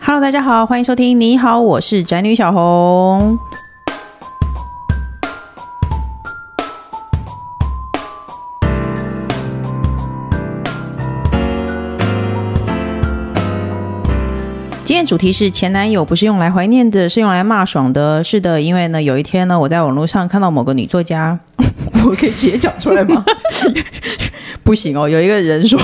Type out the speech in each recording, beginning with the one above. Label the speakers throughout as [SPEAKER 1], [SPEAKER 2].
[SPEAKER 1] Hello，大家好，欢迎收听。你好，我是宅女小红。今天主题是前男友不是用来怀念的，是用来骂爽的。是的，因为呢，有一天呢，我在网络上看到某个女作家， 我可以直接讲出来 吗？不行哦，有一个人说。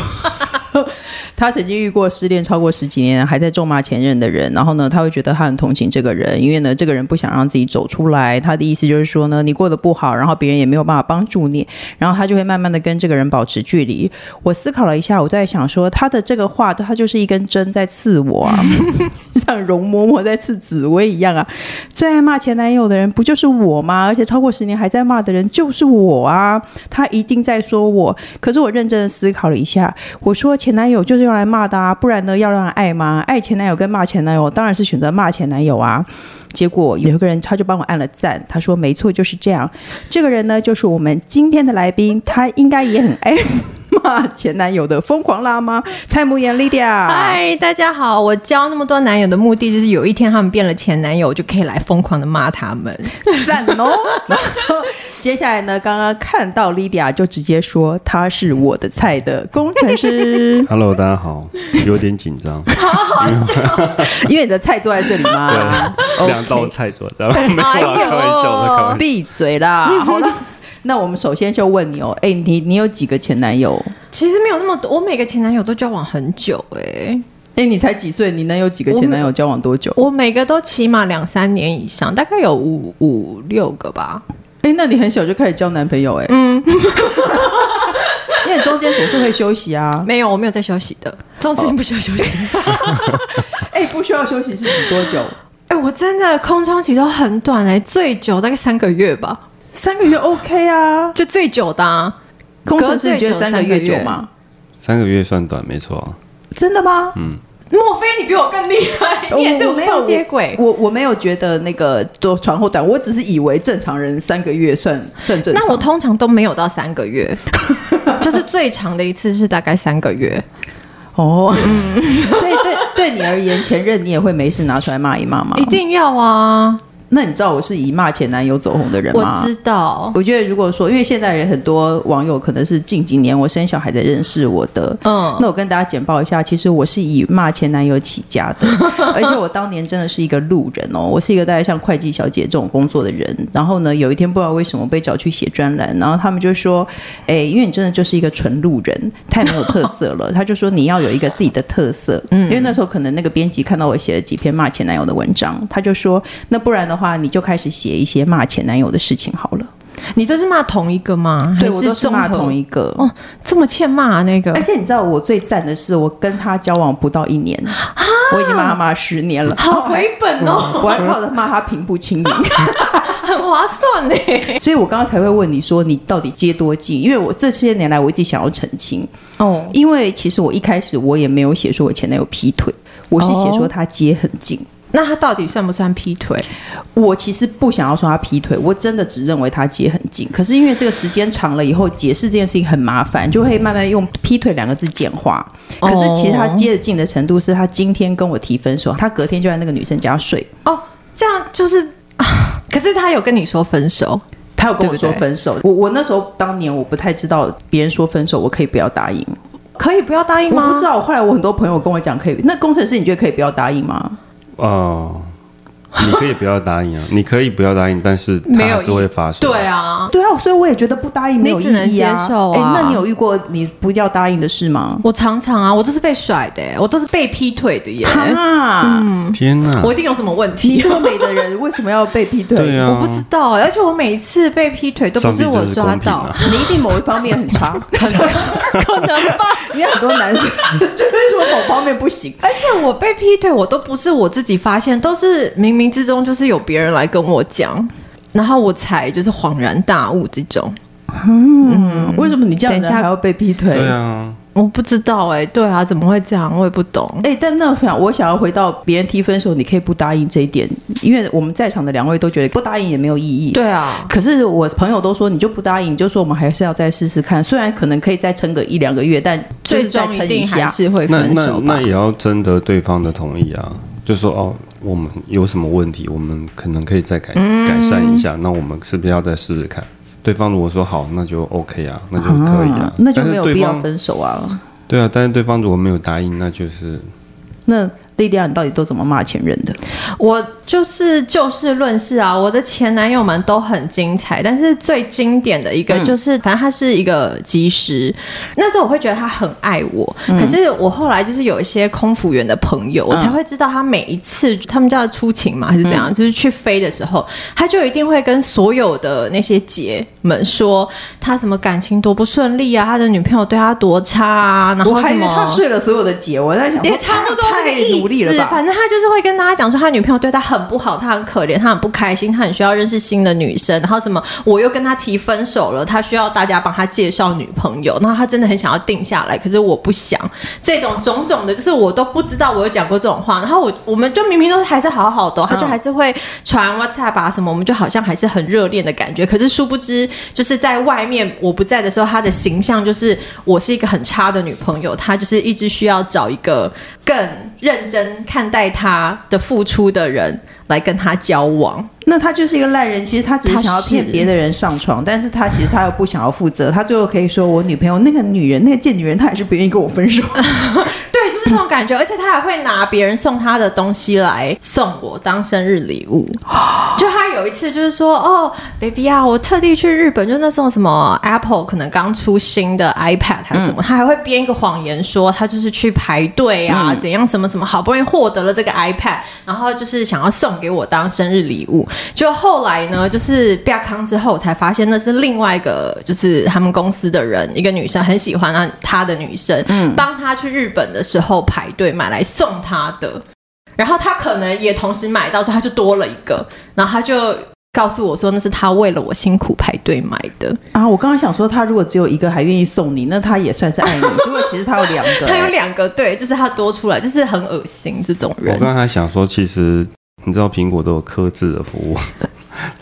[SPEAKER 1] 他曾经遇过失恋超过十几年还在咒骂前任的人，然后呢，他会觉得他很同情这个人，因为呢，这个人不想让自己走出来。他的意思就是说呢，你过得不好，然后别人也没有办法帮助你，然后他就会慢慢的跟这个人保持距离。我思考了一下，我在想说，他的这个话，他就是一根针在刺我啊， 像容嬷嬷在刺紫薇一样啊。最爱骂前男友的人不就是我吗？而且超过十年还在骂的人就是我啊，他一定在说我。可是我认真的思考了一下，我说前男友就是用来骂的啊，不然呢要让人爱吗？爱前男友跟骂前男友，当然是选择骂前男友啊。结果有一个人他就帮我按了赞，他说没错就是这样。这个人呢就是我们今天的来宾，他应该也很爱 骂前男友的疯狂辣妈蔡慕妍 Lydia。
[SPEAKER 2] 嗨，大家好！我交那么多男友的目的，就是有一天他们变了前男友，我就可以来疯狂的骂他们。
[SPEAKER 1] 赞 哦。然后接下来呢，刚刚看到 Lydia 就直接说她是我的菜的工程师，
[SPEAKER 3] Hello，大 家好，有点紧张，
[SPEAKER 1] 因为你的菜坐在这里嘛。
[SPEAKER 3] 两道
[SPEAKER 1] OK
[SPEAKER 3] 菜做的，没有啊，开玩笑的，开玩笑。
[SPEAKER 1] 闭嘴啦！好了，那我们首先就问你哦，哎，你你有几个前男友？
[SPEAKER 2] 其实没有那么多，我每个前男友都交往很久哎、
[SPEAKER 1] 哎，你才几岁？你能有几个前男友？交往多久？
[SPEAKER 2] 我每个都起码两三年以上，大概有五五六个吧。
[SPEAKER 1] 哎，那你很小就开始交男朋友哎？嗯，因为中间总是会休息啊。
[SPEAKER 2] 没有，我没有在休息的，这种事情不需要休息。
[SPEAKER 1] 哎，不需要休息是指多久？
[SPEAKER 2] 哎、我真的空窗期都很短哎、最久大概三个月吧，
[SPEAKER 1] 三个月 OK 啊。
[SPEAKER 2] 就最久的、啊。
[SPEAKER 1] 工程师你觉得三个月
[SPEAKER 2] 隔最久
[SPEAKER 1] 久吗？
[SPEAKER 3] 三个月算短，没错啊。
[SPEAKER 1] 真的吗？
[SPEAKER 2] 莫非你比我更厉害？ 你也是
[SPEAKER 1] 哦我
[SPEAKER 2] 无
[SPEAKER 1] 没有
[SPEAKER 2] 缝接轨。
[SPEAKER 1] 我我没有觉得那个多长或短，我只是以为正常人三个月算算正常。
[SPEAKER 2] 那我通常都没有到三个 月，就是最长的一次是大概三个月。
[SPEAKER 1] 哦， 所以对对你而言，前任你也会没事拿出来骂一骂吗？
[SPEAKER 2] 一。定要啊！
[SPEAKER 1] 那你知道我是以骂前男友走红的人
[SPEAKER 2] 我
[SPEAKER 1] 吗？
[SPEAKER 2] 知道，
[SPEAKER 1] 我觉得，如果说，因为现在人很多网友可能是近几年我生小孩才认识我的，
[SPEAKER 2] 嗯
[SPEAKER 1] 那我跟大家简报一下，其实我是以骂前男友起家的，而且我当年真的是一个路人哦，我是一个大概像会计小姐这种工作的人。然后呢，有一天不知道为什么被找去写专栏，然后他们就说：“哎，因为你真的就是一个纯路人，太没有特色了。”他就说你要有一个自己的特色，嗯，因为那时候可能那个编辑看到我写了几篇骂前男友的文章，他就说：“那不然的话，你就开始写一些骂前男友的事情好了。”
[SPEAKER 2] 你都是骂同一个吗？
[SPEAKER 1] 对
[SPEAKER 2] 还
[SPEAKER 1] 我都是
[SPEAKER 2] 综
[SPEAKER 1] 骂
[SPEAKER 2] 合
[SPEAKER 1] 同一个。
[SPEAKER 2] 哦，这么欠骂、啊、那个
[SPEAKER 1] 而，且你知道我最赞的是，我跟他交往不到一年，我已经骂他骂了十年了，
[SPEAKER 2] 啊好回本哦，
[SPEAKER 1] 我还靠着骂他平步 青云，
[SPEAKER 2] 很划算呢。
[SPEAKER 1] 所以我刚刚才会问你说你到底接多近？因为我这些年来我一直想要澄清，
[SPEAKER 2] 哦，
[SPEAKER 1] 因为其实我一开始我也没有写说我前男友劈腿，我是写
[SPEAKER 2] 哦
[SPEAKER 1] 说他接很近。
[SPEAKER 2] 那他到底算不算劈腿？
[SPEAKER 1] 我其实不想要说他劈腿，我真的只认为他接很近。可是因为这个时间长了以后，解释这件事情很麻烦，就会慢慢用劈腿两个字简化。可是其实他接得近的程度是他今天跟我提分手，他隔天就在那个女生家睡，
[SPEAKER 2] 哦，这样就是，啊可是他有跟你说分手，
[SPEAKER 1] 他有跟我说
[SPEAKER 2] 对不对
[SPEAKER 1] 分手。我我那时候当年我不太知道别人说分手，我可以不要答应。
[SPEAKER 2] 可以不要答应
[SPEAKER 1] 我
[SPEAKER 2] 吗？
[SPEAKER 1] 不知道，后来我很多朋友跟我讲可以。那工程师你觉得可以不要答应吗？
[SPEAKER 3] 哦，你可以不要答应啊， 你可以不要答应，但是它
[SPEAKER 2] 没有
[SPEAKER 3] 还是
[SPEAKER 2] 意
[SPEAKER 3] 会发生。
[SPEAKER 2] 对，啊，
[SPEAKER 1] 对啊，所以我也觉得不答应没有意义啊。
[SPEAKER 2] 你只能接受啊
[SPEAKER 1] 诶那你有遇过你不要答应的事吗？
[SPEAKER 2] 我常常啊，我都是被甩的耶，我都是被劈腿的耶。
[SPEAKER 1] 啊，
[SPEAKER 3] 天哪！
[SPEAKER 2] 我一定有什么问
[SPEAKER 1] 你
[SPEAKER 2] 题
[SPEAKER 1] 这？么美的人，为什么要被劈腿？
[SPEAKER 3] 对
[SPEAKER 2] 我
[SPEAKER 3] 啊
[SPEAKER 2] 不，知道，而且我每一次被劈腿都不
[SPEAKER 3] 上帝
[SPEAKER 2] 是我
[SPEAKER 3] 真是
[SPEAKER 2] 抓
[SPEAKER 3] 公平
[SPEAKER 2] 到
[SPEAKER 3] 啊，
[SPEAKER 1] 你一定某一方面很差，
[SPEAKER 2] 可能 吧。
[SPEAKER 1] 因为很多男生 就会说某方面不行。
[SPEAKER 2] 而且我被劈腿，我都不是我自己发现，都是冥冥之中就是有别人来跟我讲，然后我才就是恍然大悟这种。
[SPEAKER 1] 嗯，为什么你这样的
[SPEAKER 2] 等一
[SPEAKER 1] 人
[SPEAKER 2] 下
[SPEAKER 1] 还要被劈腿？
[SPEAKER 3] 对啊，
[SPEAKER 2] 我不知道哎、对啊，怎么会这样？我也不懂。
[SPEAKER 1] 哎、但那我想，我想要回到别人提分手，你可以不答应这一点，因为我们在场的两位都觉得不答应也没有意义。。
[SPEAKER 2] 对啊，
[SPEAKER 1] 可是我朋友都说你就不答应，你就说我们还是要再试试看。虽然可能可以再撑个一两个月，但就是
[SPEAKER 2] 最终
[SPEAKER 1] 再撑
[SPEAKER 2] 一
[SPEAKER 1] 一
[SPEAKER 2] 定还
[SPEAKER 1] 下。
[SPEAKER 2] 是会
[SPEAKER 3] 那
[SPEAKER 2] 分
[SPEAKER 3] 那
[SPEAKER 2] 手吧
[SPEAKER 3] 那。也要征得对方的同意啊。就说哦，我们有什么问题，我们可能可以再改、改善一下，那我们是不是要再试试看？对方如果说好，那就 OK 啊，那就可以啊，
[SPEAKER 1] 嗯那就
[SPEAKER 3] 但是
[SPEAKER 1] 没有
[SPEAKER 3] 对
[SPEAKER 1] 必要
[SPEAKER 3] 方
[SPEAKER 1] 分手啊。
[SPEAKER 3] 对啊，但是对方如果没有答应，那就是
[SPEAKER 1] 那莉迪亚，你到底都怎么骂前任的？
[SPEAKER 2] 我就是就事论事啊，我的前男友们都很精彩，但是最经典的一
[SPEAKER 1] 嗯
[SPEAKER 2] 个就是，反正他是一个及时。那时候我会觉得他很爱我，
[SPEAKER 1] 嗯
[SPEAKER 2] 可是我后来就是有一些空服员的朋友，我才会知道他每一次他们叫出勤嘛，还是
[SPEAKER 1] 嗯
[SPEAKER 2] 怎样，就是去飞的时候，他就一定会跟所有的那些姐们说他什么感情多不顺利啊，他的女朋友对他多差啊，然后
[SPEAKER 1] 我还
[SPEAKER 2] 什
[SPEAKER 1] 以为
[SPEAKER 2] 么
[SPEAKER 1] 他睡了所有的结，我在想说
[SPEAKER 2] 也差不多
[SPEAKER 1] 他
[SPEAKER 2] 这
[SPEAKER 1] 也
[SPEAKER 2] 个
[SPEAKER 1] 太
[SPEAKER 2] 意
[SPEAKER 1] 努力了
[SPEAKER 2] 思。
[SPEAKER 1] 吧？
[SPEAKER 2] 反正他就是会跟大家讲说，他女朋友对他很不好，他很可怜，他很不开心，他很需要认识新的女生。然后什么，我又跟他提分手了，他需要大家帮他介绍女朋友。然后他真的很想要定下来，可是我不想。这种种种的，就是我都不知道我有讲过这种话。然后我我们就明明都还是好好的哦、他就还是会传 WhatsApp 啊什么，我们就好像还是很热恋的感觉。可是殊不知，就是在外面我不在的时候，他的形象就是我是一个很差的女朋友，他就是一直需要找一个更认真看待他的付出的人来跟他交往。
[SPEAKER 1] 那他就是一个烂人，其实他只是想要骗
[SPEAKER 2] 他是
[SPEAKER 1] 别的人上床，但是他其实他又不想要负责，他最后可以说我女朋友那个女人那个贱女人，她还是不愿意跟我分手。
[SPEAKER 2] 对，就是这种感觉，而且他还会拿别人送他的东西来送我当生日礼物。就他有一次就是说，哦，baby 啊，我特地去日本，就那时候什么 Apple 可能刚出新的 iPad 还是什么，他还会编一个谎言说他就是去排队啊，怎样什么什么，好不容易获得了这个 iPad，然后就是想要送给我当生日礼物。就后来呢，就是被康之后我才发现那是另外一个，就是他们公司的人，一个女生很喜欢他他的女生，帮他去日本的时候排队买来送他的。然后他可能也同时买到，所以他就多了一个，然后他就告诉我说那是他为了我辛苦排队买的，
[SPEAKER 1] 啊，我刚刚想说，他如果只有一个还愿意送你，那他也算是爱你。结果其实他有两个、欸
[SPEAKER 2] 他有两个对，就是他多出来，就是很恶心这种
[SPEAKER 3] 我
[SPEAKER 2] 人。
[SPEAKER 3] 刚才想说，其实你知道苹果都有刻字的服务，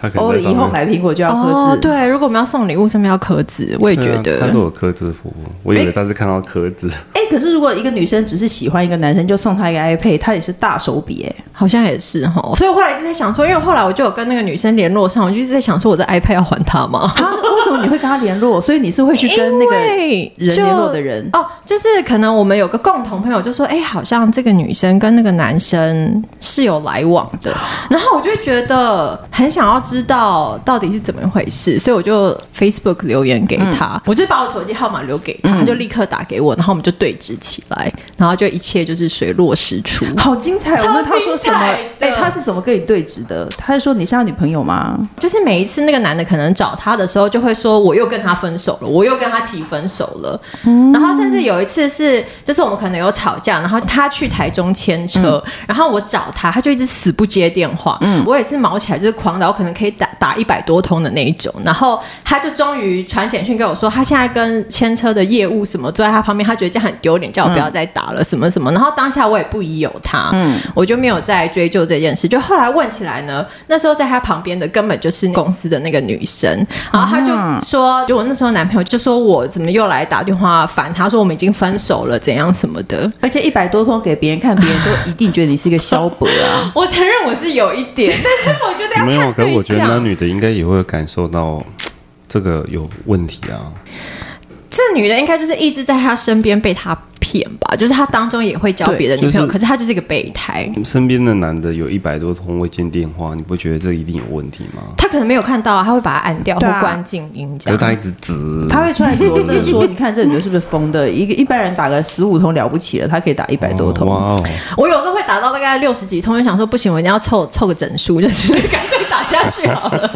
[SPEAKER 3] 他可能
[SPEAKER 1] 哦，啊
[SPEAKER 3] 在
[SPEAKER 1] 以
[SPEAKER 3] 上
[SPEAKER 1] 后
[SPEAKER 3] 面。
[SPEAKER 1] 买苹果就要刻字。
[SPEAKER 2] 哦，对，如果我们要送礼物，上面要刻字，我也
[SPEAKER 3] 对
[SPEAKER 2] 觉
[SPEAKER 3] 啊
[SPEAKER 2] 得。
[SPEAKER 3] 他都有刻字服务，我以为他是看到刻字，
[SPEAKER 1] 哎、可是如果一个女生只是喜欢一个男生，就送他一个 iPad，他也是大手笔哎、
[SPEAKER 2] 好像也是哈，所以我后来一直在想说，因为后来我就有跟那个女生联络上，我就一直在想说，我的 iPad 要还她吗？
[SPEAKER 1] 啊，为什么你会跟他联络？所以你是会去跟那个人联络的人？
[SPEAKER 2] 哦，就是可能我们有个共同朋友就说，哎、好像这个女生跟那个男生是有来往的，然后我就会觉得很想要知道到底是怎么一回事，所以我就 Facebook 留言给他，我就把我手机号码留给他，他就立刻打给我，然后我们就对峙起来，然后就一切就是水落石出。
[SPEAKER 1] 好精彩！我
[SPEAKER 2] 超
[SPEAKER 1] 问他说什么？
[SPEAKER 2] 精
[SPEAKER 1] 哎、
[SPEAKER 2] 彩的
[SPEAKER 1] 他是怎么跟你对峙的？他是说你是他女朋友吗？
[SPEAKER 2] 就是每一次那个男的可能找他的时候，就会说我又跟他分手了，我又跟他提分手了。然后甚至有一次是，就是我们可能有吵架，然后他去台中牵车，然后我找他，他就一直死不接电话。我也是毛起来就是狂打，我可能可以打打一百多通的那一种。然后他就终于传简讯给我说，他现在跟牵车的业务什么坐在他旁边，他觉得这样很丢脸，叫我不要再打了什么什么。然后当下我也不疑有他，
[SPEAKER 3] 嗯
[SPEAKER 2] 我就没有再追究这件事。就后来问起来呢，那时候在他旁边的根本就是公司的那个女生，然
[SPEAKER 3] 啊
[SPEAKER 2] 后他就说，就我那时候男朋友就说我怎么又来打电话烦他，说我们已经分手了，怎样什么的。
[SPEAKER 1] 而且一百多通给别人看，别人都一定觉得你是一个萧伯 啊！
[SPEAKER 2] 我承认我是有一点，但是我觉得要看
[SPEAKER 3] 哎没有。啊可是我觉得
[SPEAKER 2] 对
[SPEAKER 3] 那
[SPEAKER 2] 象
[SPEAKER 3] 女的应该也会感受到这个有问题啊。
[SPEAKER 2] 这女的应该就是一直在他身边被他骗吧，就是他当中也会交别的女朋友，
[SPEAKER 3] 就是
[SPEAKER 2] 可是他就是一个备胎。
[SPEAKER 3] 身边的男的有一百多通未接电话，你不觉得这一定有问题吗？
[SPEAKER 2] 他可能没有看到啊，他会把它按掉或
[SPEAKER 1] 对啊
[SPEAKER 2] 关静音这
[SPEAKER 3] 可是
[SPEAKER 2] 样。
[SPEAKER 3] 他一直指，
[SPEAKER 1] 他会出来佐证说：“你看这女的是不是疯的？一个一般人打个十五通了不起了，他可以打一百多通。
[SPEAKER 3] 哇哦，
[SPEAKER 2] 我有时候会打到大概六十几通，就想说不行，我一定要凑凑个整数， 就是干脆打下去好了。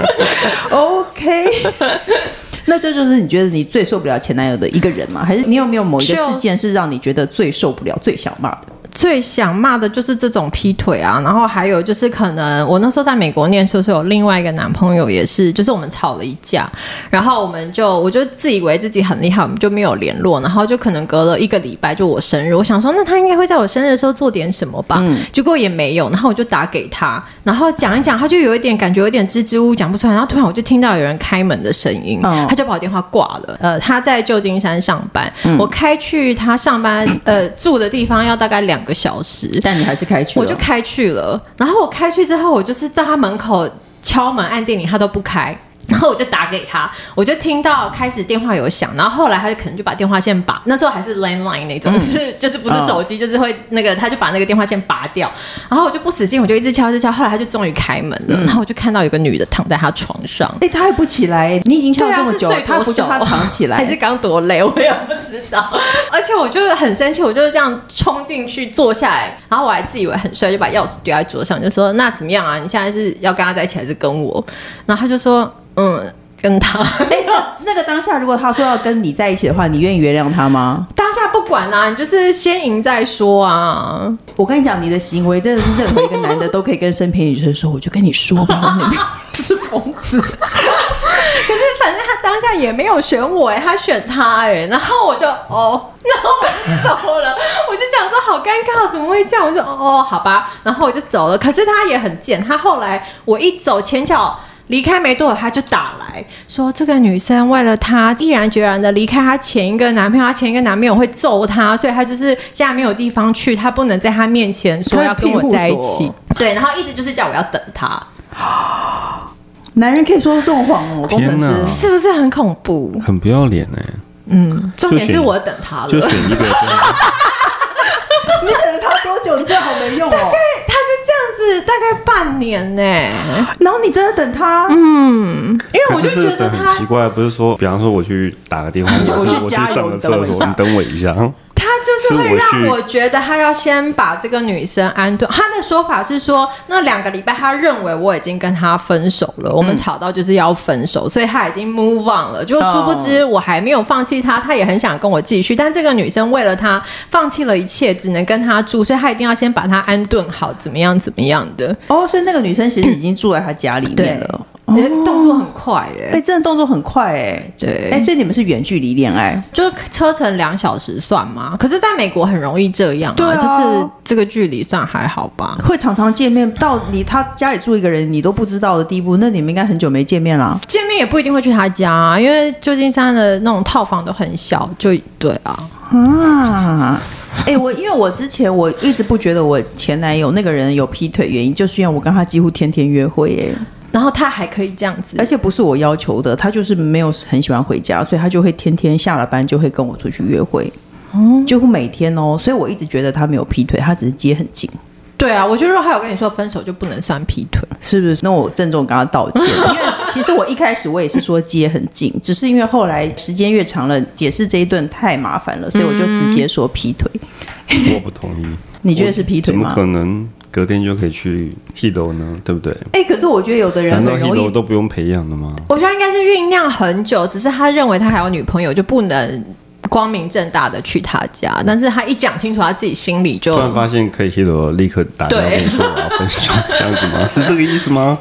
[SPEAKER 1] OK，那这就是你觉得你最受不了前男友的一个人吗？还是你有没有某一个
[SPEAKER 2] 就
[SPEAKER 1] 事件是让你觉得最受不了、最想骂的？
[SPEAKER 2] 最想骂的就是这种劈腿啊，然后还有就是可能我那时候在美国念书的时候，有另外一个男朋友也是，就是我们吵了一架，然后我们就我就自以为自己很厉害，我们就没有联络，然后就可能隔了一个礼拜就我生日，我想说那他应该会在我生日的时候做点什么吧，结果也没有，然后我就打给他，然后讲一讲，他就有一点感觉有点支支吾吾讲不出来，然后突然我就听到有人开门的声音，
[SPEAKER 1] 哦
[SPEAKER 2] 他就。就把我电话挂了。呃，他在旧金山上班，我开去他上班呃住的地方要大概两两个小时，
[SPEAKER 1] 但你还是开去了，
[SPEAKER 2] 我就开去了。然后我开去之后，我就是在他门口敲门按电铃，他都不开。然后我就打给他，我就听到开始电话有响，然后后来他就可能就把电话线拔，那时候还是 landline 那
[SPEAKER 1] 嗯
[SPEAKER 2] 种，就是就是不是手机，就是会那个他就把那个电话线拔掉，然后我就不死心，我就一直敲一直敲，后来他就终于开门了，
[SPEAKER 1] 嗯
[SPEAKER 2] 然后我就看到有个女的躺在他床上，
[SPEAKER 1] 哎、他还不起来，你已经敲
[SPEAKER 2] 对
[SPEAKER 1] 了这
[SPEAKER 2] 啊，
[SPEAKER 1] 么
[SPEAKER 2] 是
[SPEAKER 1] 久，
[SPEAKER 2] 睡
[SPEAKER 1] 他
[SPEAKER 2] 多
[SPEAKER 1] 不
[SPEAKER 2] 久
[SPEAKER 1] 叫他藏起来，
[SPEAKER 2] 还是刚多累，我也不知道。 而且我就是很生气，我就是这样冲进去坐下来，然后我还自以为很帅，就把钥匙丢在桌上，就说：“那怎么样啊？你现在是要跟他在一起还是跟我？”然后他就说：“嗯，跟他。”
[SPEAKER 1] 哎、那个当下，如果他说要跟你在一起的话，你愿意原谅他吗？
[SPEAKER 2] 当下不管啊啦、你就是先赢再说啊。
[SPEAKER 1] 我跟你讲，你的行为真的是任何一个男的都可以跟身边女生说，我就跟你说 吧，你是疯子。
[SPEAKER 2] 可是反正他当下也没有选我哎、他选他哎、然后我就哦， 然后我就走了，我就想说好尴尬，怎么会这样？我就哦哦好吧，然后我就走了。可是他也很贱，他后来我一走前脚。离开没多久，他就打来说，这个女生为了他毅然决然的离开她前一个男朋友，她前一个男朋友会揍她，所以她就是现在没有地方去，她不能在他面前说要跟我在一起。对，然后意思就是叫我要等他，
[SPEAKER 1] 男人可以说这种谎哦，工程
[SPEAKER 3] 天哪
[SPEAKER 1] 师。
[SPEAKER 2] 是不是很恐怖？
[SPEAKER 3] 很不要脸哎、
[SPEAKER 2] 重点是
[SPEAKER 3] 选
[SPEAKER 2] 我等他了，
[SPEAKER 3] 就选一个真的
[SPEAKER 1] 你等了他多久？你真的好没用哦。
[SPEAKER 2] 他就这样子大概半年呢、
[SPEAKER 1] 然后你真的等他，
[SPEAKER 3] 嗯
[SPEAKER 2] 因为
[SPEAKER 3] 可
[SPEAKER 2] 我就是觉
[SPEAKER 3] 这
[SPEAKER 2] 得
[SPEAKER 3] 个很
[SPEAKER 2] 他
[SPEAKER 3] 奇怪，不是说，比方说我去打个电话，
[SPEAKER 1] 我
[SPEAKER 3] 我是
[SPEAKER 1] 去
[SPEAKER 3] 我去
[SPEAKER 1] 加油
[SPEAKER 3] 上个
[SPEAKER 1] 你
[SPEAKER 3] 厕
[SPEAKER 1] 等我一
[SPEAKER 3] 所，
[SPEAKER 1] 下
[SPEAKER 3] 你等我一下。
[SPEAKER 2] 他就是
[SPEAKER 3] 是
[SPEAKER 2] 会
[SPEAKER 3] 我
[SPEAKER 2] 让
[SPEAKER 3] 去
[SPEAKER 2] 我觉得他要先把这个女生安顿。他的说法是说，那两个礼拜他认为我已经跟他分手
[SPEAKER 3] 嗯
[SPEAKER 2] 了，我们吵到就是要分手，所以他已经 move on 了。就殊不知我还没有放弃他，他也很想跟我继续，但这个女生为了他放弃了一切，只能跟他住，所以他一定要先把他安顿好，怎么样怎么样的。
[SPEAKER 1] 哦，所以那个女生其实已经住在他家里面了。
[SPEAKER 3] 哦
[SPEAKER 2] 欸动作很快耶、
[SPEAKER 1] 哎、真的动作很快哎、
[SPEAKER 2] 对，
[SPEAKER 1] 哎、所以你们是远距离恋爱，
[SPEAKER 2] 就是车程两小时算吗？可是在美国很容易这样、啊，
[SPEAKER 1] 对啊
[SPEAKER 2] 就是这个距离算还好吧。
[SPEAKER 1] 会常常见面，到你他家里住一个人，你都不知道的地步，那你们应该很久没见面了。
[SPEAKER 2] 见面也不一定会去他家、啊，因为旧金山的那种套房都很小，就对啊，
[SPEAKER 1] 啊，哎、我因为我之前我一直不觉得我前男友那个人有劈腿，原因就是因为我跟他几乎天天约会、耶，
[SPEAKER 2] 然后他还可以这样子
[SPEAKER 1] 而，且不是我要求的，他就是没有很喜欢回家，所以他就会天天下了班就会跟我出去约会，几乎每天哦，所以我一直觉得他没有劈腿，他只是接很近。
[SPEAKER 2] 对啊，我觉得如果他有跟你说分手，就不能算劈腿。
[SPEAKER 1] 是不是？那我郑重跟他道 歉，因为其实我一开始我也是说接很近，只是因为后来时间越长了，解释这一顿太麻烦了，所以我就直接说劈腿。
[SPEAKER 3] 我不同意。
[SPEAKER 1] 你觉得是劈腿
[SPEAKER 3] 怎么
[SPEAKER 1] 吗？
[SPEAKER 3] 可能隔天就可以去 Hido 呢？对不对？
[SPEAKER 1] 哎、可是我觉得有的人
[SPEAKER 3] 难道
[SPEAKER 1] 很容
[SPEAKER 3] Hido
[SPEAKER 1] 易，
[SPEAKER 3] 都不用培养的吗？
[SPEAKER 2] 我觉得应该是酝酿很久，只是他认为他还有女朋友，就不能光明正大的去他家。但是他一讲清楚，他自己心里就
[SPEAKER 3] 突然发现可以 Hido，立刻打电话
[SPEAKER 2] 对
[SPEAKER 3] 跟你说我要分手，这样子吗？是这个意思吗？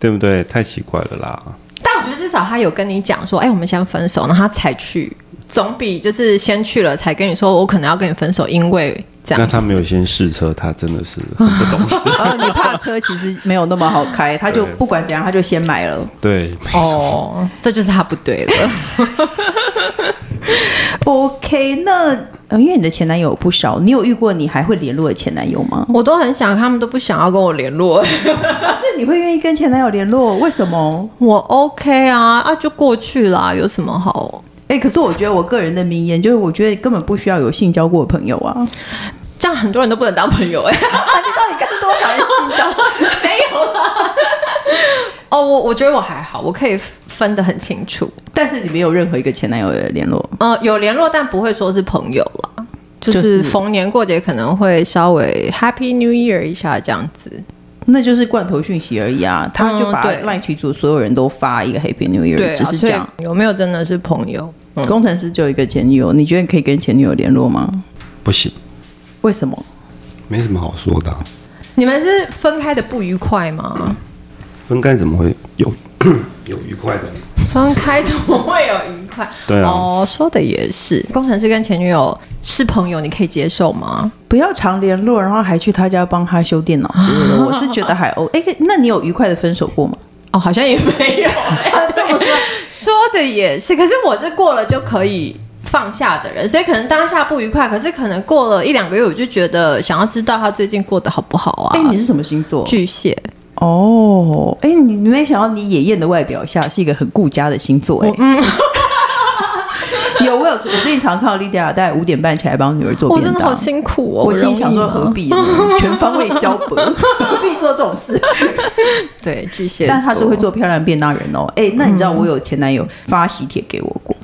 [SPEAKER 3] 对不对？太奇怪了啦！
[SPEAKER 2] 但我觉得至少他有跟你讲说，哎、我们先分手，然后他才去，总比就是先去了才跟你说我可能要跟你分手，因为这
[SPEAKER 3] 那
[SPEAKER 2] 样。
[SPEAKER 3] 他没有先试车，他真的是很不懂事。
[SPEAKER 1] 呃，你怕车其实没有那么好开，他就
[SPEAKER 3] 对
[SPEAKER 1] 不管怎样，他就先买了。
[SPEAKER 3] 对，没错。
[SPEAKER 2] 哦，这就是他不对 了。
[SPEAKER 1] OK，那呃，因为你的前男友不少，你有遇过你还会联络的前男友吗？
[SPEAKER 2] 我都很想，他们都不想要跟我联络。
[SPEAKER 1] 啊，那你会愿意跟前男友联络？为什么？
[SPEAKER 2] 我 OK 啊，啊就过去啦，有什么好？
[SPEAKER 1] 哎、可是我觉得我个人的名言就是，我觉得根本不需要有性交过的朋友啊。
[SPEAKER 2] 这样很多人都不能当朋友哎、
[SPEAKER 1] 啊 你到底跟多少人性交？
[SPEAKER 2] 没有啦。哦，我我觉得我还好，我可以分得很清楚。
[SPEAKER 1] 但是你没有任何一个前男友的联络，
[SPEAKER 2] 呃，有联络，但不会说是朋友啦。就
[SPEAKER 1] 就是
[SPEAKER 2] 是逢年过节可能会稍微 Happy New Year 一下这样子。
[SPEAKER 1] 那就是罐头讯息而已啊。他就把
[SPEAKER 2] 嗯对
[SPEAKER 1] LINE 群组所有人都发一个 Happy New Year，、
[SPEAKER 2] 对、啊，
[SPEAKER 1] 只是这
[SPEAKER 2] 所以
[SPEAKER 1] 样。
[SPEAKER 2] 有没有真的是朋友？嗯，
[SPEAKER 1] 工程师就有一个前女友，你觉得可以跟前女友联络吗？
[SPEAKER 3] 不行，
[SPEAKER 1] 为什么？
[SPEAKER 3] 没什么好说的啊、
[SPEAKER 2] 你们是分开的不愉快吗？
[SPEAKER 3] 分开怎么会有有愉快的？
[SPEAKER 2] 分开怎么会有愉快？
[SPEAKER 3] 对啊
[SPEAKER 2] 哦，说的也是。工程师跟前女友是朋友，你可以接受吗？
[SPEAKER 1] 不要常联络，然后还去他家帮他修电 脑之类的，我是觉得还 O。哎、那你有愉快的分手过吗？ 哎
[SPEAKER 2] 哦， 好像也没有、欸。
[SPEAKER 1] 这么说
[SPEAKER 2] 说的也是，可是我这过了就可以放下的人，所以可能当下不愉快，可是可能过了一两个月，我就觉得想要知道他最近过得好不好啊。
[SPEAKER 1] 哎、你是什么星座？
[SPEAKER 2] 巨蟹，
[SPEAKER 1] 哦，哎、你你没想到你野艳的外表下是一个很顾家的星座、哎，嗯。 有，我有，我最近常看到 l i d i a 大概五点半起来帮女儿做
[SPEAKER 2] 我
[SPEAKER 1] 便
[SPEAKER 2] 真
[SPEAKER 1] 当，
[SPEAKER 2] 的好辛苦哦。
[SPEAKER 1] 我心里想说
[SPEAKER 2] 不
[SPEAKER 1] 何
[SPEAKER 2] 容易吗？
[SPEAKER 1] 必呢？全方位消 薄，何必做这种事？
[SPEAKER 2] 对，巨蟹，
[SPEAKER 1] 但他是会。做漂亮便当人哦。哎、那你知
[SPEAKER 2] 嗯
[SPEAKER 1] 道我有前男友发喜帖给我过，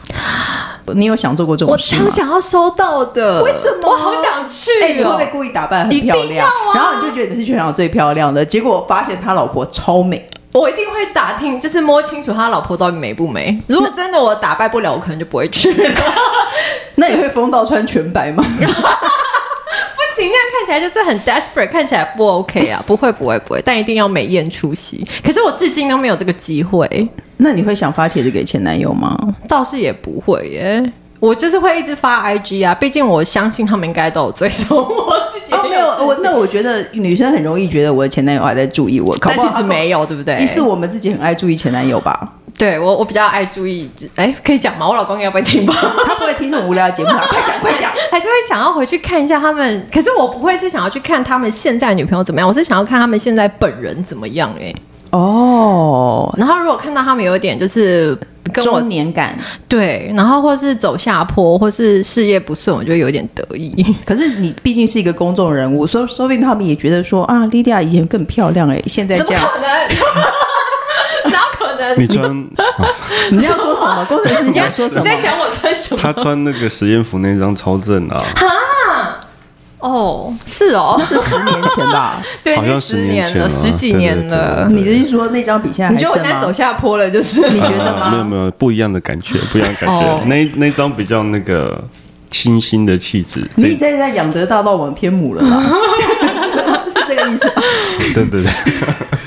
[SPEAKER 1] 你有想做过这
[SPEAKER 2] 我
[SPEAKER 1] 种事吗
[SPEAKER 2] 超？想要收到的，
[SPEAKER 1] 为什么
[SPEAKER 2] 我好想去
[SPEAKER 1] 哎、你会不
[SPEAKER 2] 哦
[SPEAKER 1] 会！故意打扮很
[SPEAKER 2] 一定
[SPEAKER 1] 漂亮？
[SPEAKER 2] 要啊
[SPEAKER 1] 然后你就觉得你是全场最漂亮的，结果发现他老婆超 美。
[SPEAKER 2] 我一定会打听，就是摸清楚他老婆到底美不美。如果真的我打败不了，我可能就不会去 了。
[SPEAKER 1] 那你会疯到穿全白 吗？
[SPEAKER 2] 不行，那样看起来就是很 desperate，看起来不 OK 啊！不会，不会，不会，但一定要美艳出席。可是我至今都没有这个机会，
[SPEAKER 1] 那你会想发帖子给前男友吗？
[SPEAKER 2] 倒是也不会耶。我就是会一直发 IG 啊，毕竟我相信他们应该都有追踪我自己也
[SPEAKER 1] 哦，没有，我那我觉得女生很容易觉得我的前男友还在注意我，搞
[SPEAKER 2] 但
[SPEAKER 1] 不
[SPEAKER 2] 其
[SPEAKER 1] 好
[SPEAKER 2] 实
[SPEAKER 1] 他
[SPEAKER 2] 没有，对不对？
[SPEAKER 1] 一是我们自己很爱注意前男友 吧，
[SPEAKER 2] 对我我比较爱注意，哎，可以讲吗？我老公应该不会听吧？
[SPEAKER 1] 他不会听这种无聊的节目 啦，快讲快讲。
[SPEAKER 2] 还是会想要回去看一下他们，可是我不会是想要去看他们现在女朋友怎么样，我是想要看他们现在本人怎么样哎、
[SPEAKER 1] 哦，
[SPEAKER 2] 然后如果看到他们有一点就是跟我
[SPEAKER 1] 中年感，
[SPEAKER 2] 对，然后或是走下坡，或是事业不顺，我就会有点得意。
[SPEAKER 1] 可是你毕竟是一个公众人物，说说不定他们也觉得说啊，莉莉娅以前更漂亮哎、现在
[SPEAKER 2] 怎
[SPEAKER 1] 这
[SPEAKER 2] 么
[SPEAKER 1] 样，
[SPEAKER 2] 可能？ 哪有可能？
[SPEAKER 3] 你穿
[SPEAKER 1] 你要说什么？工程师你要说什么
[SPEAKER 2] 你在？想我穿什么？
[SPEAKER 3] 他穿那个实验服那张超正啊，
[SPEAKER 2] 哦，是哦，
[SPEAKER 1] 是十年前吧？
[SPEAKER 2] 对，
[SPEAKER 3] 好像
[SPEAKER 2] 那
[SPEAKER 3] 十
[SPEAKER 2] 十
[SPEAKER 3] 年前
[SPEAKER 2] 了，
[SPEAKER 3] 了
[SPEAKER 2] 十几年了。
[SPEAKER 3] 对
[SPEAKER 1] 你的意思说那张比现在
[SPEAKER 2] 你
[SPEAKER 1] 还
[SPEAKER 2] 觉
[SPEAKER 1] 正
[SPEAKER 2] 得我现在
[SPEAKER 1] 吗
[SPEAKER 2] 走？下坡了，就是
[SPEAKER 1] 你觉得吗
[SPEAKER 3] 呃没有没有，不一样的感觉，不一样的感觉。
[SPEAKER 2] 哦
[SPEAKER 3] 那那张比较那个清新的气质，
[SPEAKER 1] 你
[SPEAKER 3] 这
[SPEAKER 1] 已经在养德大道往天母了 啦，是这个意思吗？
[SPEAKER 3] 对对对，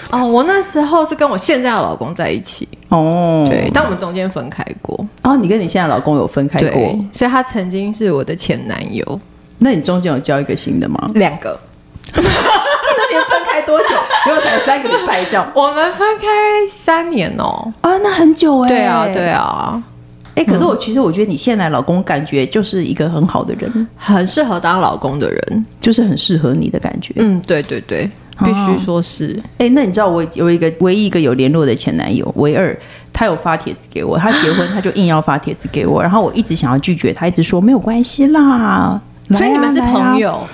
[SPEAKER 2] 哦，我那时候是跟我现在的老公在一起，
[SPEAKER 1] 哦，
[SPEAKER 2] 对，但我们中间分开过，
[SPEAKER 1] 哦，你跟你现在老公有分开过
[SPEAKER 2] 对，，所以他曾经是我的前男友，？
[SPEAKER 1] 那你中间有交一个新的吗
[SPEAKER 2] 两个。
[SPEAKER 1] 那你们分开多久？结果才三个礼拜这样
[SPEAKER 2] 我们分开三年哦，
[SPEAKER 1] 啊，那很久哎、
[SPEAKER 2] 对啊，对。啊，
[SPEAKER 1] 哎、可是我其实我觉得你现在老公感觉就是一个很好的人，
[SPEAKER 2] 很适合当老公的人。
[SPEAKER 1] 就是很适合你的感觉。哎、
[SPEAKER 2] 嗯，对对对，必
[SPEAKER 1] 嗯
[SPEAKER 2] 须说是。
[SPEAKER 1] 哎那你知道我有一个唯一一个有联络的前男友唯二，他有发帖子给我，他结 婚他就硬要发帖子给我，然后我一直想要拒绝，他一直说没有关系啦。
[SPEAKER 2] 所
[SPEAKER 1] 来
[SPEAKER 2] 以
[SPEAKER 1] 啊
[SPEAKER 2] 你们是朋、
[SPEAKER 1] 来啊
[SPEAKER 2] 友，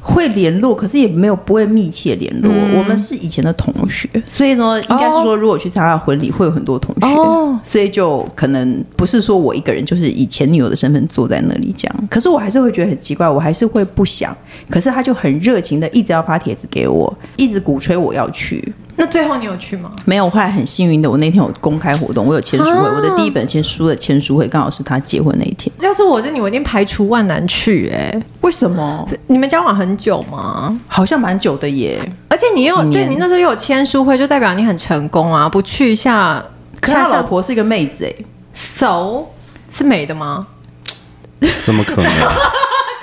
[SPEAKER 1] 会联络，可是也没有不会密切联络。
[SPEAKER 2] 嗯
[SPEAKER 1] 我们是以前的同学，所以呢，应该是说，如果去参加婚礼，会有很多同学，
[SPEAKER 2] 哦
[SPEAKER 1] 所以就可能不是说我一个人，就是以前女友的身份坐在那里讲。可是我还是会觉得很奇怪，我还是会不想。可是他就很热情的一直要发帖子给我，一直鼓吹我要去。
[SPEAKER 2] 那最后你有去吗？
[SPEAKER 1] 没有，我后来很幸运的，我那天有公开活动，我有签书会，
[SPEAKER 2] 啊
[SPEAKER 1] 我的第一本签书的签书会刚好是他结婚那一天。
[SPEAKER 2] 要是我是你，我一定排除万难去、欸。
[SPEAKER 1] 为什么？
[SPEAKER 2] 哎，你们交往很久吗？
[SPEAKER 1] 好像蛮久的耶。
[SPEAKER 2] 而且你又
[SPEAKER 1] 几年
[SPEAKER 2] 对你那时候又有签书会，就代表你很成功啊！不去一下，
[SPEAKER 1] 可是他
[SPEAKER 2] 下
[SPEAKER 1] 老
[SPEAKER 2] 下
[SPEAKER 1] 婆是一个妹子哎、
[SPEAKER 2] 手是美的吗？
[SPEAKER 3] 怎么可能？
[SPEAKER 1] 啊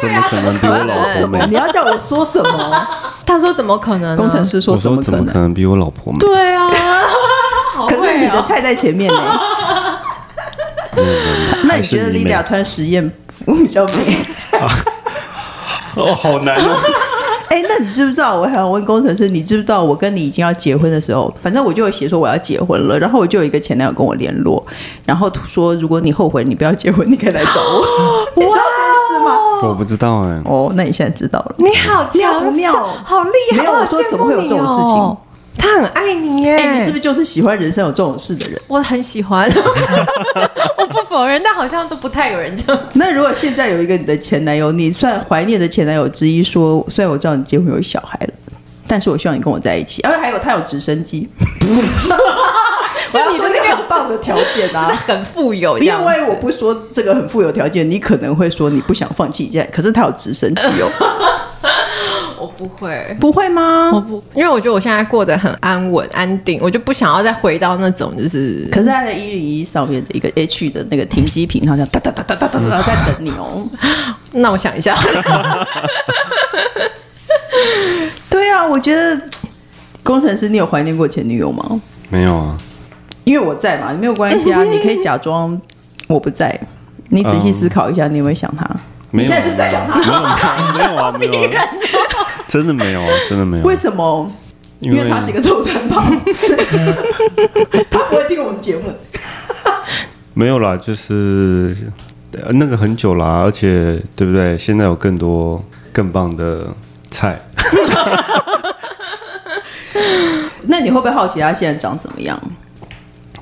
[SPEAKER 3] 怎么可能比我老婆美？
[SPEAKER 1] 你要叫我说什么？
[SPEAKER 2] 他说怎么可能、呢
[SPEAKER 1] 工程师说
[SPEAKER 3] 我
[SPEAKER 1] 怎
[SPEAKER 3] 说
[SPEAKER 1] 么
[SPEAKER 3] 怎
[SPEAKER 1] 可
[SPEAKER 3] 么
[SPEAKER 1] 能
[SPEAKER 3] 可？能比我老婆美？
[SPEAKER 2] 对啊， 好
[SPEAKER 1] 可是
[SPEAKER 2] 会
[SPEAKER 1] 你的
[SPEAKER 2] 哦。
[SPEAKER 1] 菜在前面呢。那你觉得
[SPEAKER 3] 哦还是
[SPEAKER 1] 莉
[SPEAKER 3] 你
[SPEAKER 1] 迪
[SPEAKER 3] 美
[SPEAKER 1] 亚穿实验服比较美？
[SPEAKER 3] 哦，好难哦。
[SPEAKER 1] 哎、那你知不知道？我还想问工程师，你知不知道我跟你已经要结婚的时候，反正我就有写说我要结婚了，然后我就有一个前男友跟我联络，然后说如果你后悔你不要结婚，你可以来找我。 你知道这件事吗？
[SPEAKER 3] 我不知道哎、
[SPEAKER 1] 哦，那你现在知道了。
[SPEAKER 2] 你好
[SPEAKER 1] 妙
[SPEAKER 2] 强
[SPEAKER 1] 不妙
[SPEAKER 2] 手好厉害！
[SPEAKER 1] 没有
[SPEAKER 2] 好
[SPEAKER 1] 我说
[SPEAKER 2] 羡慕
[SPEAKER 1] 怎么会有这种
[SPEAKER 2] 你
[SPEAKER 1] 事情
[SPEAKER 2] 哦他很爱你耶！
[SPEAKER 1] 哎、你是不是就是喜欢人生有这种事的人？
[SPEAKER 2] 我很喜 欢，我不否认，但好像都不太有人 这样。
[SPEAKER 1] 那如果现在有一个你的前男友，你算怀念的前男友之一说，虽然我知道你结婚有小孩了，但是我希望你跟我在一起。而、啊、还有他有直升机， 我要说一个很棒的条件
[SPEAKER 2] 就是
[SPEAKER 1] 啊。
[SPEAKER 2] 很富有这
[SPEAKER 1] 因
[SPEAKER 2] 样子，
[SPEAKER 1] 为我不说这个很富有条件，你可能会说你不想放弃一件，可是他有直升机 哦，
[SPEAKER 2] 我不会。
[SPEAKER 1] 不会
[SPEAKER 2] 我
[SPEAKER 1] 吗？
[SPEAKER 2] 不，因为我觉得我现在过得很安稳、安定，我就不想要再回到那种就是
[SPEAKER 1] 可是他在一零一上面的一个 H 的那个停机坪，好像哒哒哒哒哒哒哒在等你哦。
[SPEAKER 2] 那我想一下，
[SPEAKER 1] 对啊，我觉得工程师，你有怀念过前女友吗？
[SPEAKER 3] 没有啊，
[SPEAKER 1] 因为我在嘛，没有关系啊，你可以假装我不在。你仔细思考一下，你有没有想他？
[SPEAKER 3] 没有，
[SPEAKER 1] 你现在是不是在想他
[SPEAKER 3] 没有啊，没有啊， 没有啊，真的没有啊，真的没有。
[SPEAKER 1] 为什么？因为他是一个臭三炮，他不会听我们节目。
[SPEAKER 3] 没有啦，就是呃那个很久啦，而且对不对？现在有更多更棒的菜，
[SPEAKER 1] 那你会不会好奇他现在长怎么样？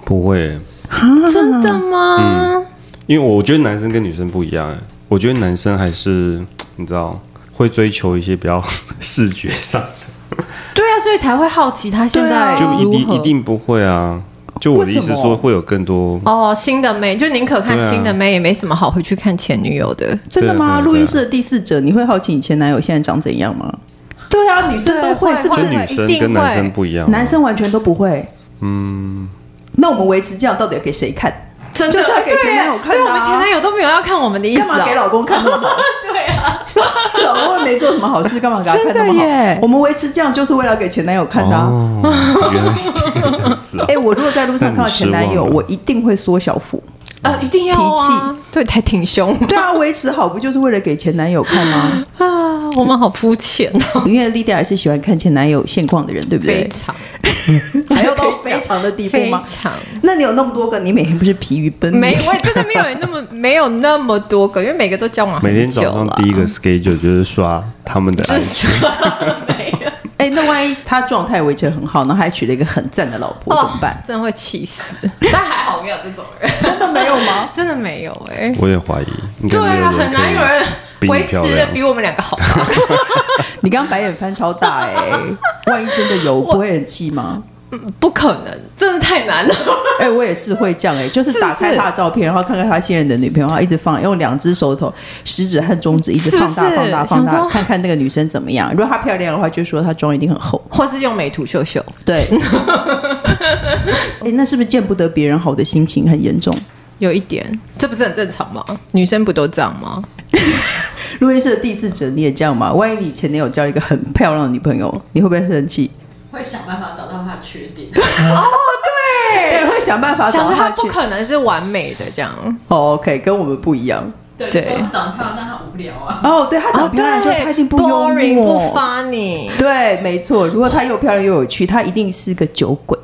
[SPEAKER 3] 不会，
[SPEAKER 2] 真的
[SPEAKER 1] 嗯
[SPEAKER 2] 吗？
[SPEAKER 3] 因为我觉得男生跟女生不一样、欸，我觉得男生还是你知道会追求一些比较 视觉上的，
[SPEAKER 2] 对啊，所以才会好奇他现
[SPEAKER 1] 对啊
[SPEAKER 2] 在
[SPEAKER 3] 就
[SPEAKER 2] 哦
[SPEAKER 3] 一
[SPEAKER 2] 如
[SPEAKER 3] 定
[SPEAKER 2] 何
[SPEAKER 3] 一定不会啊。就我的意思
[SPEAKER 1] 为什
[SPEAKER 3] 说，
[SPEAKER 1] 么
[SPEAKER 3] 会有更多
[SPEAKER 2] 哦，新的妹就宁可看
[SPEAKER 3] 对啊
[SPEAKER 2] 新的妹，也没什么好回去看前女友的。
[SPEAKER 1] 真的吗？
[SPEAKER 3] 对啊对啊
[SPEAKER 1] 录音室的第四者，你会好奇你前男友现在长怎样吗？对啊，女生都会，
[SPEAKER 2] 对
[SPEAKER 1] 是不
[SPEAKER 2] 会
[SPEAKER 3] 跟
[SPEAKER 1] 是？
[SPEAKER 3] 女
[SPEAKER 2] 一
[SPEAKER 3] 生
[SPEAKER 2] 哦定
[SPEAKER 3] 跟男
[SPEAKER 2] 会
[SPEAKER 3] 生不一样啊、
[SPEAKER 1] 男生完全都不会。
[SPEAKER 3] 嗯，
[SPEAKER 1] 那我们维持这样，到底给谁看？
[SPEAKER 2] 真的，
[SPEAKER 1] 就是要给前男友看的啊
[SPEAKER 2] 对所以我们前男友都没有要看我们的意思、
[SPEAKER 1] 干嘛给
[SPEAKER 2] 哦。
[SPEAKER 1] 老公看那么好？
[SPEAKER 2] 对啊，
[SPEAKER 1] 老公又没做什么好事，干嘛给他看那么
[SPEAKER 2] 真的耶
[SPEAKER 1] 好？我们维持这样就是为了给前男友看的啊、
[SPEAKER 3] 哦，原来是这个样 子啊
[SPEAKER 1] 哎、！我如果在路上看到前男友，
[SPEAKER 3] 那你失望了
[SPEAKER 1] 我一定会缩小腹。
[SPEAKER 2] 呃，一定要、啊、气，对，还挺凶
[SPEAKER 1] 对啊，维持好不就是为了给前男友看 吗？
[SPEAKER 2] 啊， 我们好肤浅哦，
[SPEAKER 1] 因为莉迪亚也是喜欢看前男友现况的人，对不
[SPEAKER 2] 非
[SPEAKER 1] 对？
[SPEAKER 2] 常
[SPEAKER 1] 还要到非常的地步
[SPEAKER 2] 非
[SPEAKER 1] 吗？
[SPEAKER 2] 常。
[SPEAKER 1] 那你有那么多个，你每天不是疲于奔命？
[SPEAKER 2] 没，我也真的没有 那么没有那么多个，因为每个都交往
[SPEAKER 3] 每天
[SPEAKER 2] 很久
[SPEAKER 3] 早上
[SPEAKER 2] 了。
[SPEAKER 3] 第一个 schedule 就是刷他们的
[SPEAKER 2] 就
[SPEAKER 3] IG，
[SPEAKER 2] 是没有
[SPEAKER 1] 哎、那万一他状态维持得很好，然后还娶了一个很赞的老婆，怎么 办？
[SPEAKER 2] 哦真的会气死。但还好没有这种人，
[SPEAKER 1] 真的没有吗？
[SPEAKER 2] 真的没有哎、
[SPEAKER 3] 我也怀疑，应该
[SPEAKER 2] 对
[SPEAKER 3] 没
[SPEAKER 2] 啊，很
[SPEAKER 3] 可
[SPEAKER 2] 难
[SPEAKER 3] 以
[SPEAKER 2] 有人
[SPEAKER 3] 比你
[SPEAKER 2] 维持
[SPEAKER 3] 漂
[SPEAKER 2] 的
[SPEAKER 3] 亮
[SPEAKER 2] 比我们两个 好吧？
[SPEAKER 1] 你刚刚白眼翻超大哎、万一真的有，不会很气吗？
[SPEAKER 2] 不可能，真的太难了。
[SPEAKER 1] 哎、我也是会这样哎、就是
[SPEAKER 2] 是不
[SPEAKER 1] 打开
[SPEAKER 2] 是
[SPEAKER 1] 他的照片，然后看看他现任的女朋友，然后一直放，用两只手头，食指和中指一直
[SPEAKER 2] 是不
[SPEAKER 1] 放大、
[SPEAKER 2] 是
[SPEAKER 1] 放大、放
[SPEAKER 2] 想
[SPEAKER 1] 大，
[SPEAKER 2] 说
[SPEAKER 1] 看看那个女生怎么样。如果她漂亮的话，就说她妆一定很 厚。
[SPEAKER 2] 或是用美图秀秀，
[SPEAKER 1] 对，哎、那是不是见不得别人好的心情很严重？
[SPEAKER 2] 有一点，这不是很正常吗？女生不都这样吗？
[SPEAKER 1] 录音室的第四者你也这样吗？万一你前男友交一个很漂亮的女朋友，你会不会生气？
[SPEAKER 4] 会想办法找到他的缺点。
[SPEAKER 1] 对、哎会想办法找
[SPEAKER 2] 想
[SPEAKER 1] 到
[SPEAKER 2] 说她
[SPEAKER 1] 他去
[SPEAKER 2] 不。可能是完美的这样，
[SPEAKER 1] 哦、o k 跟我们不一样。
[SPEAKER 4] 对，
[SPEAKER 2] 对
[SPEAKER 4] 说他长得漂亮，但他无聊啊。
[SPEAKER 1] 哦，对她长漂亮之后，
[SPEAKER 2] 对
[SPEAKER 1] 她一定不幽
[SPEAKER 2] boring
[SPEAKER 1] 默，
[SPEAKER 2] 不 funny。
[SPEAKER 1] 对，没错。如果她又漂亮又有趣，她一定是个酒 鬼。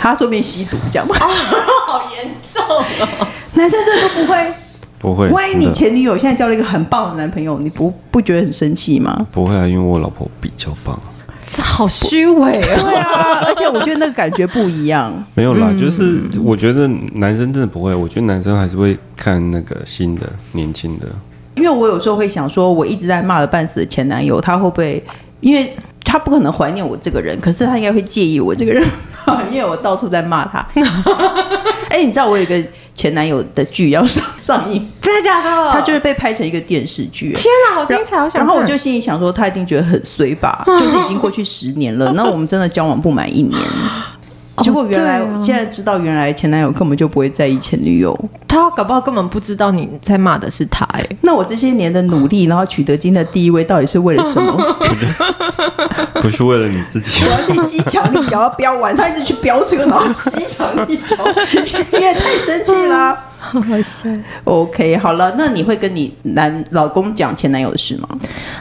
[SPEAKER 1] 她说明吸毒，这样吗？
[SPEAKER 4] 好严重哦！
[SPEAKER 1] 男生这都不会。
[SPEAKER 3] 不会。
[SPEAKER 1] 万一
[SPEAKER 3] 真
[SPEAKER 1] 你
[SPEAKER 3] 的
[SPEAKER 1] 前女友现在交了一个很棒的男朋友，你不不觉得很生气吗？
[SPEAKER 3] 不会啊，因为我老婆比较棒。
[SPEAKER 2] 这好虚伪
[SPEAKER 1] 对
[SPEAKER 2] 哦！
[SPEAKER 1] 啊， 而且我觉得那个感觉不一样。
[SPEAKER 3] 没有啦，就是我觉得男生真的不会，我觉得男生还是会看那个新的、年轻的。
[SPEAKER 1] 因为我有时候会想说，我一直在骂了半死的前男友，他会不会？因为他不可能怀念我这个人，可是他应该会介意我这个人， 因为我到处在骂 他。哎、你知道我有一个前男友的剧要上上映，
[SPEAKER 2] 真的假的？
[SPEAKER 1] 他就是被拍成一个电视剧。
[SPEAKER 2] 嗯天啊，好精彩！好想看
[SPEAKER 1] 然后我就心里想说，他一定觉得很衰吧，就是已经过去十年了，那我们真的交往不满一年。结果原来、
[SPEAKER 2] 对啊
[SPEAKER 1] 现在知道，原来前男友根本就不会在意前女友。
[SPEAKER 2] 他搞不好根本不知道你在骂的是他哎、
[SPEAKER 1] 那我这些年的努力，然后取得今天的第一位，到底是为了什么？
[SPEAKER 3] 不是为了你自己
[SPEAKER 1] 我， 要去西墙立脚要飙，晚上一直去飙车，然后西墙立脚，因为太生气啦。
[SPEAKER 2] 好好笑，
[SPEAKER 1] OK，好了，那你会跟你男老公讲前男友的事吗？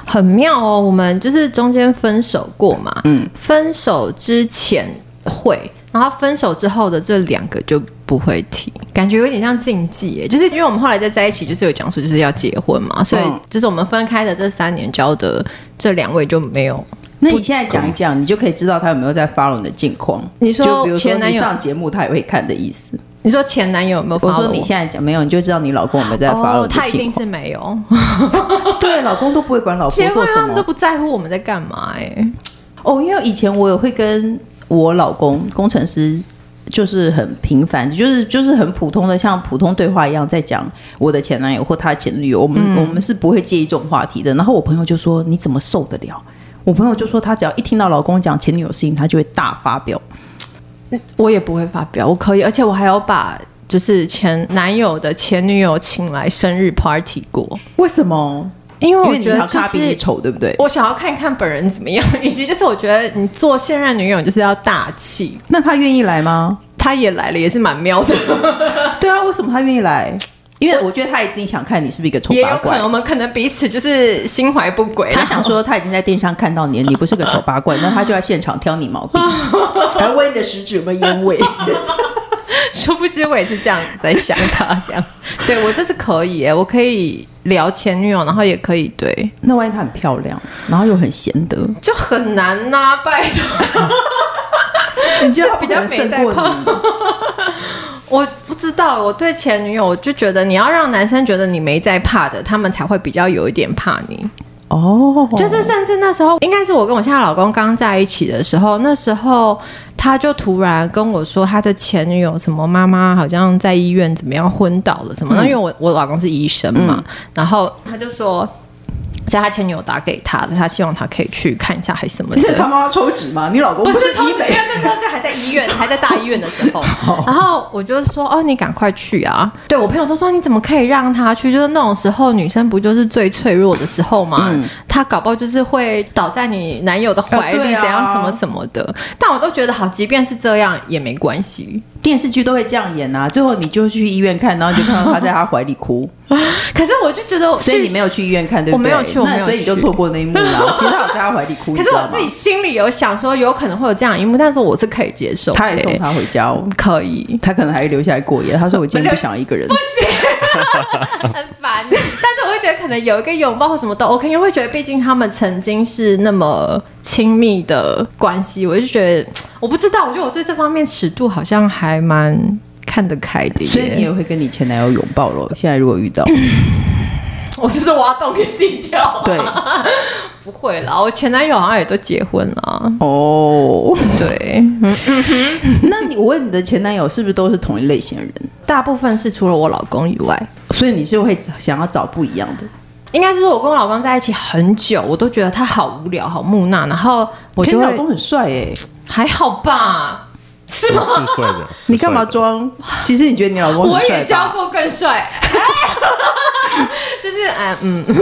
[SPEAKER 2] 很妙哦。我们就是中间分手过嘛，嗯，分手之前会，然后分手之后的这两个就不会提，感觉有点像禁忌哎。就是因为我们后来再在一起，就是有讲说就是要结婚嘛，所以
[SPEAKER 1] 嗯
[SPEAKER 2] 就是我们分开的这三年交的这两位就没有。
[SPEAKER 1] 那你现在讲一讲，你就可以知道他有没有在 follow 你的近况。
[SPEAKER 2] 你说
[SPEAKER 1] 就比如
[SPEAKER 2] 前男
[SPEAKER 1] 你
[SPEAKER 2] 友
[SPEAKER 1] 上节目，他也会看的意思。
[SPEAKER 2] 你说前男友有没有
[SPEAKER 1] 我
[SPEAKER 2] follow
[SPEAKER 1] 说你现在讲没有，你就知道你老公有没有在 follow 你
[SPEAKER 2] 哦，
[SPEAKER 1] 的
[SPEAKER 2] 他一
[SPEAKER 1] 近
[SPEAKER 2] 定
[SPEAKER 1] 况。
[SPEAKER 2] 是没有。
[SPEAKER 1] 对，老公都不会管老婆
[SPEAKER 2] 结
[SPEAKER 1] 做
[SPEAKER 2] 婚
[SPEAKER 1] 什
[SPEAKER 2] 他们都
[SPEAKER 1] 么。
[SPEAKER 2] 不在乎我们在干嘛哎、
[SPEAKER 1] 哦，因为以前我也会跟我老公工程师。就是很平凡，就是就是很普通的，像普通对话一样，在讲我的前男友或他前女友，我们、
[SPEAKER 2] 嗯
[SPEAKER 1] 我们是不会介意这种话题的。然后我朋友就说：“你怎么受得了？”我朋友就说：“他只要一听到老公讲前女友的事情，他就会大发飙。
[SPEAKER 2] 我也不会发表，我可以，而且我还有把就是前男友的前女友请来生日 party 过，
[SPEAKER 1] 为什么？
[SPEAKER 2] 因为
[SPEAKER 1] 因
[SPEAKER 2] 我
[SPEAKER 1] 为你
[SPEAKER 2] 觉得
[SPEAKER 1] 要
[SPEAKER 2] 就
[SPEAKER 1] 他比你
[SPEAKER 2] 是
[SPEAKER 1] 丑，对不对？
[SPEAKER 2] 我想要看看本人怎么样，以及就是我觉得你做现任女友就是要大气，
[SPEAKER 1] 那他愿意来吗？
[SPEAKER 2] 他也来了，也是蛮 妙的，
[SPEAKER 1] 对啊，为什么他愿意来？因为我觉得他一定想看你是不是一个丑
[SPEAKER 2] 也
[SPEAKER 1] 八
[SPEAKER 2] 有可
[SPEAKER 1] 怪
[SPEAKER 2] 能我。们可能彼此就是心怀不轨，
[SPEAKER 1] 他想说他已经在电商看到你了，你不是个丑八 怪，那他就在现场挑你毛 病，还问你的食指有没有烟 味。
[SPEAKER 2] 殊不知我也是这样子在想他，这样。 对我这次可以耶，我可以聊前女友，然后也可以对，
[SPEAKER 1] 那万一她很漂亮，然后又很贤德，
[SPEAKER 2] 就很难呐、拜托。
[SPEAKER 1] 你觉得她不
[SPEAKER 2] 比较
[SPEAKER 1] 可能胜过
[SPEAKER 2] 美在
[SPEAKER 1] 你？
[SPEAKER 2] 我不知道，我对前女友我就觉得你要让男生觉得你没在怕的，他们才会比较有一点怕你。
[SPEAKER 1] 哦，
[SPEAKER 2] 就是甚至那时候，应该是我跟我现在老公刚在一起的时候，那时候他就突然跟我说，他的前女友什么妈妈好像在医院怎么样昏倒了什么。那、因为我我老公是医生嘛，然后他就说。叫他前女友打给他的，他希望他可以去看一下，还是什么 的。
[SPEAKER 1] 是他妈妈抽脂吗？你老公
[SPEAKER 2] 不是
[SPEAKER 1] 是
[SPEAKER 2] 从
[SPEAKER 1] 医
[SPEAKER 2] 因为
[SPEAKER 1] 美？
[SPEAKER 2] 那时候就还在医 院，还在大医院的时候，然后我就说哦，你赶快去啊！对我朋友都说你怎么可以让他去？就是那种时候，女生不就是最脆弱的时候吗？她搞不好就是会倒在你男友的
[SPEAKER 1] 啊
[SPEAKER 2] 怀
[SPEAKER 1] 对
[SPEAKER 2] 里，
[SPEAKER 1] 啊
[SPEAKER 2] 怎样什么什么的。但我都觉得好，即便是这样也没关系。
[SPEAKER 1] 电视剧都会这样演啊，最后你就去医院看，然后你就看到她在她怀里哭，
[SPEAKER 2] 可是我就觉得，
[SPEAKER 1] 所以你没有去医院看，对不对？
[SPEAKER 2] 我没有去我
[SPEAKER 1] 那
[SPEAKER 2] 没有
[SPEAKER 1] 所以你就
[SPEAKER 2] 去
[SPEAKER 1] 错过那一幕 啦。其实她有在她怀里哭，你
[SPEAKER 2] 可是
[SPEAKER 1] 知
[SPEAKER 2] 我
[SPEAKER 1] 道吗
[SPEAKER 2] 自己？心里有想说，有可能会有这样一幕，但是我是可以接受的。
[SPEAKER 1] 他也送她回家哦，
[SPEAKER 2] 可以，
[SPEAKER 1] 她可能还留下来过夜。她说：“我今天不想一个 人。”
[SPEAKER 2] 很烦， 但是我会觉得可能有一个拥抱或什么都 OK，因为会觉得毕竟他们曾经是那么亲密的关系，我就觉得嗯我不知道，我觉得我对这方面尺度好像还蛮看得开的耶。
[SPEAKER 1] 所以你也会跟你前男友拥抱咯。现在如果遇到，
[SPEAKER 2] 我是不是挖洞给自己跳、啊？
[SPEAKER 1] 对，
[SPEAKER 2] 不会啦，我前男友好像也都结婚了。
[SPEAKER 1] 哦，
[SPEAKER 2] 对，
[SPEAKER 1] 那你我问你的前男友是不是都是同一类型的人？
[SPEAKER 2] 大部分是除了我老公以外，
[SPEAKER 1] 所以你是会想要找不一样的，
[SPEAKER 2] 应该是说我跟我老公在一起很久，我都觉得他好无聊、好木讷，然后我
[SPEAKER 1] 可是
[SPEAKER 2] 就
[SPEAKER 1] 你
[SPEAKER 2] 会
[SPEAKER 1] 老公很帅哎、
[SPEAKER 2] 还好吧。是吗？
[SPEAKER 3] 是帅的。是
[SPEAKER 1] 你干嘛
[SPEAKER 3] 帅的？
[SPEAKER 1] 装？其实你觉得你老公
[SPEAKER 2] 我
[SPEAKER 1] 很
[SPEAKER 2] 也
[SPEAKER 1] 帅
[SPEAKER 2] 教
[SPEAKER 1] 吧？
[SPEAKER 2] 过更帅， 就是哎嗯， 就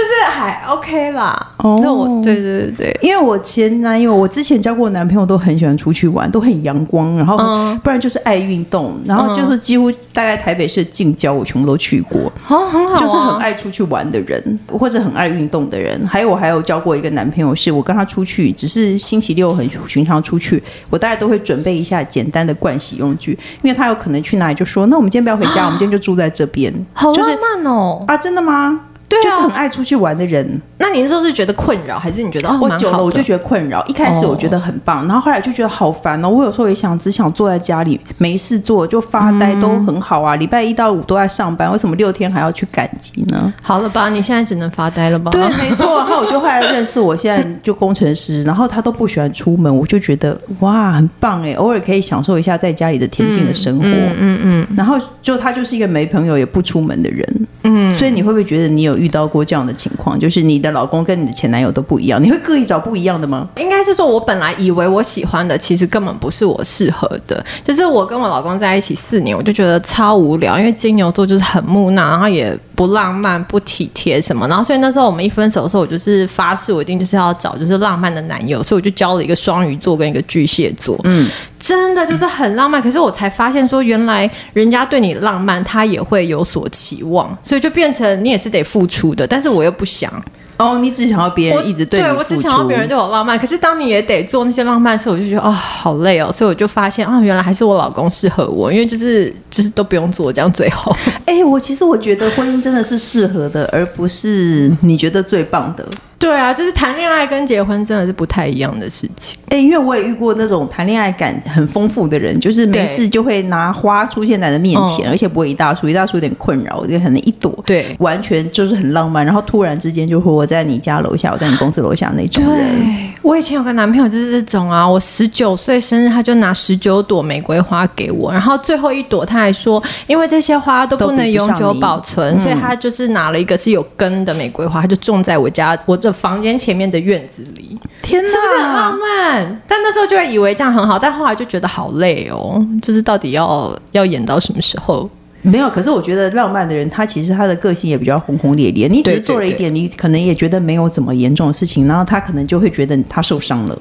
[SPEAKER 2] 是还 OK 啦。
[SPEAKER 1] 哦
[SPEAKER 2] 那我对对对对，
[SPEAKER 1] 因为我前男友，我之前交过的男朋友都很喜欢出去玩，都很阳光，然后
[SPEAKER 2] 嗯
[SPEAKER 1] 不然就是爱运动，然后就是几乎大概台北市的近郊我全部都去过，
[SPEAKER 2] 好很好啊，
[SPEAKER 1] 就是很爱出去玩的人，或者很爱运动的人。还有我还有交过一个男朋友，是我跟他出去，只是星期六很寻常出去，我大概都会准备一下简单的盥洗用具，因为他有可能去哪里就说，那我们今天不要回家，我们今天就住在这边，
[SPEAKER 2] 好
[SPEAKER 1] 就是
[SPEAKER 2] 浪漫哦。
[SPEAKER 1] 啊，真的吗？
[SPEAKER 2] 对啊
[SPEAKER 1] 就是很爱出去玩的人。
[SPEAKER 2] 那您就是觉得困扰，还是你觉得哦
[SPEAKER 1] 我久了我就
[SPEAKER 2] 得
[SPEAKER 1] 觉得困扰，一开始
[SPEAKER 2] 哦
[SPEAKER 1] 我觉得很棒，然后后来就觉得好烦哦。我有时候也想只想坐在家里没事做，就发呆都很好啊。礼拜一到五都在上班，为什么六天还要去赶集呢？
[SPEAKER 2] 好了吧？你现在只能发呆了吧？
[SPEAKER 1] 对，没错。 然后我就后来认识我现在就工程师，然后他都不喜欢出门，我就觉得哇，很棒哎，偶尔可以享受一下在家里的恬静的生活。嗯嗯然后就他就是一个没朋友也不出门的人。嗯。所以你会不会觉得你有遇到过这样的情况，就是你的老公跟你的前男友都不一样？你会刻意找不一样的吗？
[SPEAKER 2] 应该是说，我本来以为我喜欢的，其实根本不是我适合的。就是我跟我老公在一起四年，我就觉得超无聊，因为金牛座就是很木讷，然后也不浪漫、不体贴什么。然后所以那时候我们一分手的时候，我就是发誓，我一定就是要找就是浪漫的男友，所以我就交了一个双鱼座跟一个巨蟹座。嗯，真的就是很浪漫。可是我才发现说，原来人家对你浪漫，他也会有所期望，所以就变成你也是得付出的。但是我又不想，
[SPEAKER 1] 哦，你只想要别
[SPEAKER 2] 我
[SPEAKER 1] 人一直对你付出。
[SPEAKER 2] 我只想要别人对我浪漫。可是当你也得做那些浪漫的事，我就觉得哦，好累哦。所以我就发现啊，原来还是我老公适合我，因为就是就是都不用做，这样最好。
[SPEAKER 1] 哎、我其实我觉得婚姻真的是适合的，而不是你觉得最棒的。
[SPEAKER 2] 对啊，就是谈恋爱跟结婚真的是不太一样的事情。
[SPEAKER 1] 哎、因为我也遇过那种谈恋爱感很丰富的人，就是没
[SPEAKER 2] 对
[SPEAKER 1] 事就会拿花出现在你的面前，
[SPEAKER 2] 嗯
[SPEAKER 1] 而且不会一大束，一大束有点困扰，我觉得可能一朵，
[SPEAKER 2] 对
[SPEAKER 1] 完全就是很浪漫，然后突然之间就会我在你家楼下，我在你公司楼下那种人。
[SPEAKER 2] 我以前有个男朋友就是这种啊，我十九岁生日他就拿十九朵玫瑰花给我，然后最后一朵他还说，因为这些花都不嗯能永久保存，所以他就是拿了一个是有根的玫瑰花，他就种在我家我的房间前面的院子里。
[SPEAKER 1] 天哪，
[SPEAKER 2] 是不是很浪漫？但那时候就会以为这样很好，但后来就觉得好累哦，就是到底要要演到什么时候？
[SPEAKER 1] 没有，可是我觉得浪漫的人，他其实他的个性也比较轰轰烈烈。你只是
[SPEAKER 2] 对对
[SPEAKER 1] 做了一点，你可能也觉得没有怎么严重的事情，然后他可能就会觉得他受伤了，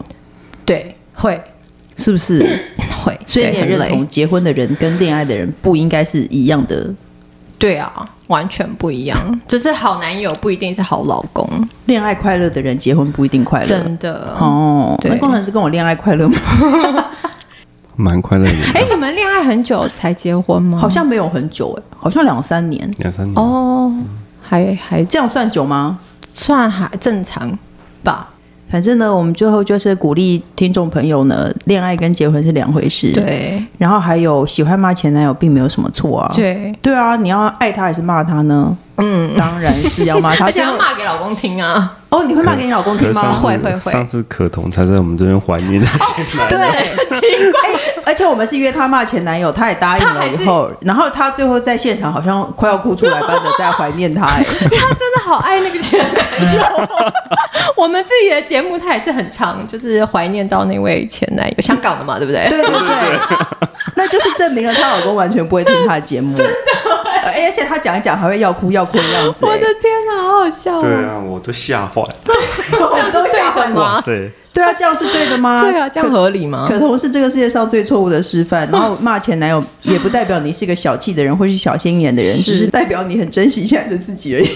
[SPEAKER 2] 对，会
[SPEAKER 1] 是不是？
[SPEAKER 2] 会，
[SPEAKER 1] 所以
[SPEAKER 2] 对
[SPEAKER 1] 你也
[SPEAKER 2] 很
[SPEAKER 1] 认
[SPEAKER 2] 累
[SPEAKER 1] 同结婚的人跟恋爱的人不应该是一样的
[SPEAKER 2] 对啊，完全不一样。就是好男友不一定是好老公，
[SPEAKER 1] 恋爱快乐的人结婚不一定快乐。
[SPEAKER 2] 真的。
[SPEAKER 1] 哦，
[SPEAKER 2] 对
[SPEAKER 1] 那光涵是跟我恋爱快 乐吗？
[SPEAKER 3] 蛮快乐的，
[SPEAKER 2] 哎、你们恋爱很久才结婚吗？
[SPEAKER 1] 好像没有很久哎、好像两三年，
[SPEAKER 3] 两三年。
[SPEAKER 2] 哦，还还
[SPEAKER 1] 这样算久吗？
[SPEAKER 2] 算还正常吧。
[SPEAKER 1] 反正呢，我们最后就是鼓励听众朋友呢，恋爱跟结婚是两回
[SPEAKER 2] 嗯
[SPEAKER 1] 事。，
[SPEAKER 2] 对
[SPEAKER 1] 然后还有喜欢骂前男友并没有什么错啊。，
[SPEAKER 2] 对，
[SPEAKER 1] 对啊，你要爱他还是骂他呢？嗯，当然是要骂他。
[SPEAKER 2] 而且要
[SPEAKER 1] 真的
[SPEAKER 2] 骂给老公听啊。
[SPEAKER 1] 哦，你会骂给你老公
[SPEAKER 3] 可
[SPEAKER 1] 听
[SPEAKER 3] 是上
[SPEAKER 1] 吗
[SPEAKER 3] 次？
[SPEAKER 2] 会会会
[SPEAKER 3] 上次可彤才在我们这边怀念的
[SPEAKER 1] 对，哎 而且我们是约他骂前男友，他也答应
[SPEAKER 2] 他还
[SPEAKER 1] 了
[SPEAKER 2] 是
[SPEAKER 1] 以后，然后他最后在现场好像快要哭出来般的在怀念他、哎，
[SPEAKER 2] 他真的好爱那个前男友。 我们自己的节目，他也是很长，就是怀念到那位前男友，香港的嘛，对不 对？
[SPEAKER 1] 对对对，那就是证明了她老公完全不会听她的节 目，真的、而且她讲一讲还会要哭要哭的样子、
[SPEAKER 2] 我
[SPEAKER 1] 哎
[SPEAKER 2] 的天哪，好好笑
[SPEAKER 3] 对
[SPEAKER 2] 哦！
[SPEAKER 3] 啊，我都吓坏。
[SPEAKER 1] 我们都吓
[SPEAKER 2] 对
[SPEAKER 1] 坏
[SPEAKER 2] 的
[SPEAKER 1] 了。
[SPEAKER 3] 哇
[SPEAKER 2] 吗？
[SPEAKER 3] 塞，
[SPEAKER 1] 哦对啊，这样是对的吗？
[SPEAKER 2] 对啊，这样
[SPEAKER 1] 可
[SPEAKER 2] 合理吗？
[SPEAKER 1] 可 彤是这个世界上最错误的示范，然后骂前男友也不代表你是个小气的人或是小心眼的人，只是代表你很珍惜现在的自己而已。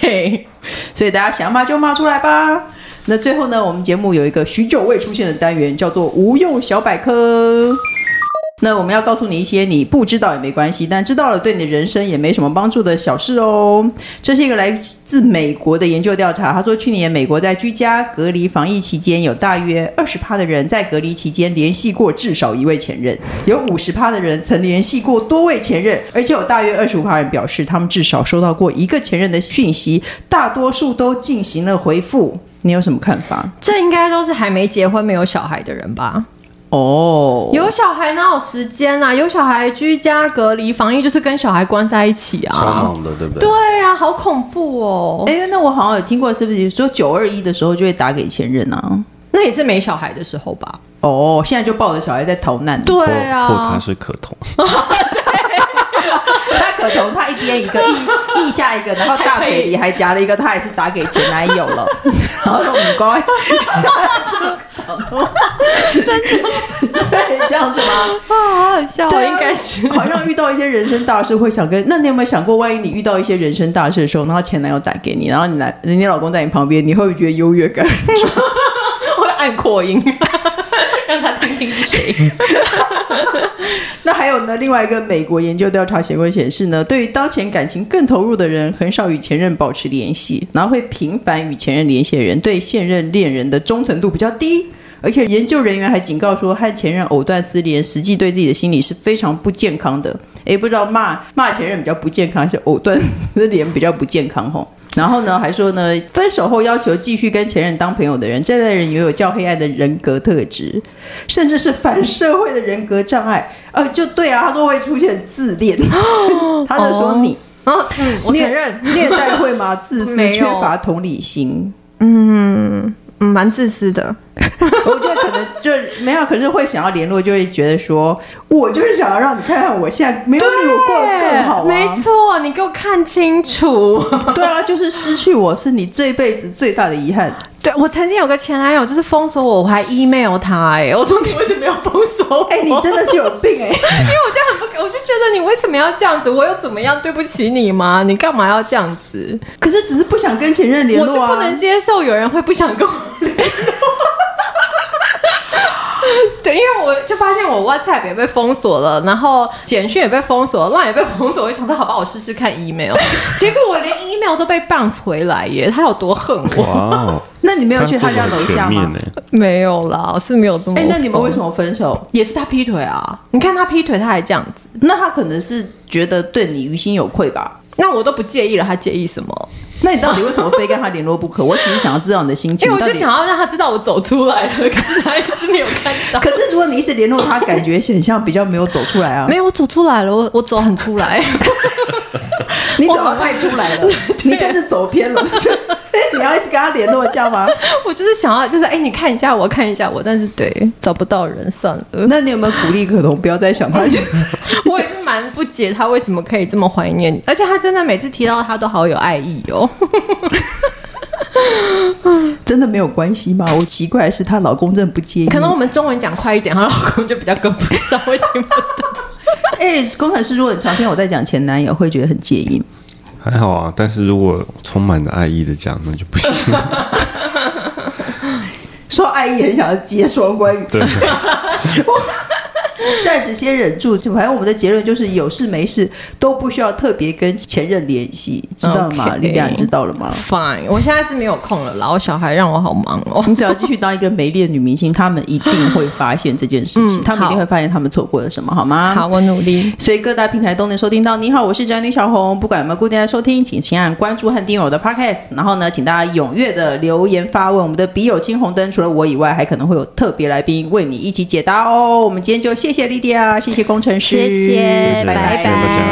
[SPEAKER 2] 对，
[SPEAKER 1] 所以大家想骂就骂出来吧。那最后呢，我们节目有一个许久未出现的单元，叫做“无用小百科”。那我们要告诉你一些你不知道也没关系，但知道了对你的人生也没什么帮助的小事哦。这是一个来自美国的研究调查，他说去年美国在居家隔离防疫期间，有大约二十趴的人在隔离期间联系过至少一位前任，有五十趴的人曾联系过多位前任，而且有大约二十五趴人表示他们至少收到过一个前任的讯息，大多数都进行了回复。你有什么看法？
[SPEAKER 2] 这应该都是还没结婚、没有小孩的人吧？
[SPEAKER 1] 哦，
[SPEAKER 2] 有小孩哪有时间啊？有小孩居家隔离防疫，就是跟小孩关在一起
[SPEAKER 3] 超
[SPEAKER 2] 啊。
[SPEAKER 3] 忙的，对不对？
[SPEAKER 2] 对啊，好恐怖哦！
[SPEAKER 1] 哎、那我好像有听过，是不是说九二一的时候就会打给前任啊？
[SPEAKER 2] 那也是没小孩的时候吧？
[SPEAKER 1] 哦，现在就抱着小孩在逃难。
[SPEAKER 2] 对
[SPEAKER 3] 或或他
[SPEAKER 2] 啊，
[SPEAKER 3] 是可 彤，
[SPEAKER 1] 他可能他一边 一个，一一下一个，然后大腿里还夹了一个，他也是打给前男友 了。然后说唔该， 对，这样子吗？
[SPEAKER 2] 啊，好好笑哦，
[SPEAKER 1] 对啊，
[SPEAKER 2] 应该是。
[SPEAKER 1] 好像遇到一些人生大事会想跟。那你有没有想过，万一你遇到一些人生大事的时候，然后前男友打给你，然后你来，你老公在你旁边，你会不会觉得优越感？
[SPEAKER 2] 会按扩音，让他听听是 谁。
[SPEAKER 1] 那还有呢，另外一个美国研究调查结果显示呢，对于当前感情更投入的人，很少与前任保持联系，然后会频繁与前任联系的人，对现任恋人的忠诚度比较低。而且研究人员还警告说，和前任藕断丝连，实际对自己的心理是非常不健康的。诶，不知道骂骂前任比较不健康，还是藕断丝连比较不健康吼？然后呢，还说呢，分手后要求继续跟前任当朋友的人，这类人也有较黑暗的人格特质，甚至是反社会的人格障碍。呃，就对啊，他说会出现自 恋， 他就说你、
[SPEAKER 2] 嗯嗯，我
[SPEAKER 1] 虐
[SPEAKER 2] 承认，
[SPEAKER 1] 虐待会吗？自私、
[SPEAKER 2] 没有
[SPEAKER 1] 缺乏同理心，
[SPEAKER 2] 嗯蛮自私的。
[SPEAKER 1] 我觉得可能就是没有，可是会想要联络，就会觉得说，我就是想要让你看看我现在没有你，我过得更好啊。
[SPEAKER 2] 没错，你给我看清楚。
[SPEAKER 1] 对啊，就是失去我是你这辈子最大的遗憾。
[SPEAKER 2] 对我曾经有个前男友，就是封锁我，我还 email 他、哎，我说你为什么要封锁 我？
[SPEAKER 1] 哎、你真的是有病 哎、
[SPEAKER 2] 因为我就很不，我就觉得你为什么要这样子？我又怎么样？对不起你吗？你干嘛要这样子？
[SPEAKER 1] 可是只是不想跟前任联
[SPEAKER 2] 我就
[SPEAKER 1] 络
[SPEAKER 2] 不
[SPEAKER 1] 啊
[SPEAKER 2] 能。接受有人会不想跟我联络。 对，因为我就发现我 WhatsApp 也被封锁了，然后简讯也被封锁了，Line 也被封锁。我就想说，好吧，我试试看 email。结果我连 email 都被 bounce 回来耶，他有多恨我？
[SPEAKER 3] 哇哦，
[SPEAKER 1] 那你没有去他家
[SPEAKER 3] 这个
[SPEAKER 1] 楼
[SPEAKER 3] 很
[SPEAKER 1] 下
[SPEAKER 3] 全面哦
[SPEAKER 1] 吗？
[SPEAKER 3] 欸
[SPEAKER 2] 没有啦，我是没有这么。
[SPEAKER 1] 哎、那你们为什
[SPEAKER 2] 么？
[SPEAKER 1] 么分手？
[SPEAKER 2] 也是他劈腿啊！你看他劈腿，他还这样子，
[SPEAKER 1] 那他可能是觉得对你于心有愧吧？
[SPEAKER 2] 那我都不介意了，他介意什么？
[SPEAKER 1] 那你到底为什么非跟他联络不可？ 我其实想要知道你的心情。
[SPEAKER 2] 因哎为我
[SPEAKER 1] 到
[SPEAKER 2] 就
[SPEAKER 1] 底
[SPEAKER 2] 想要让他知道我走出来了，可是他一直没有看到。
[SPEAKER 1] 可是如果你一直联络他，感觉很像比较没有走出来啊。
[SPEAKER 2] 没有，我走出来了，我我走很出 来。
[SPEAKER 1] 你走得太出来了， 你甚至走偏 了。你要一直跟他联络，这样吗？
[SPEAKER 2] 我就是想要，就是哎、你看一下我，看一下我，但是对找不到人算 了。
[SPEAKER 1] 那你有没有鼓励可彤不要再想 他？
[SPEAKER 2] 我也是蛮不解他为什么可以这么怀念你，而且他真的每次提到他都好有爱意哦。
[SPEAKER 1] 真的没有关系吗？我奇怪的是她老公真的不介意。
[SPEAKER 2] 可能我们中文讲快一点，她老公就比较跟不上，会听不懂。
[SPEAKER 1] 哎、工程师，如果你常听我在讲前男友，会觉得很介意吗。
[SPEAKER 3] 还好啊，但是如果充满了爱意的讲，那就不行。
[SPEAKER 1] 说爱意很想要接双关 语，
[SPEAKER 3] 对，
[SPEAKER 1] 暂时先忍住。就反正我们的结论就是，有事没事都不需要特别跟前任联系，知道了吗？
[SPEAKER 2] OK
[SPEAKER 1] 力量，你知道了吗？
[SPEAKER 2] Fine，我现在是没有空了啦，我小孩让我好忙哦。
[SPEAKER 1] 你只要继续当一个没力的女明星，他们一定会发现这件事情，
[SPEAKER 2] 嗯
[SPEAKER 1] 他们一定
[SPEAKER 2] 好
[SPEAKER 1] 会发现他们错过了什么，好吗？
[SPEAKER 2] 好，。我努力。
[SPEAKER 1] 所以各大平台都能收听到。你好，我是宅女小红。不管有没有固定来收听，请请按关注和订阅我的 podcast。然后呢，请大家踊跃的留言发问。我们的笔友青红灯，除了我以外，还可能会有特别来宾为你一起解答哦。我们今天就谢谢莉迪亚，谢谢工程师，
[SPEAKER 2] 谢谢
[SPEAKER 3] 谢谢
[SPEAKER 1] 拜
[SPEAKER 2] 拜
[SPEAKER 3] 谢谢大家。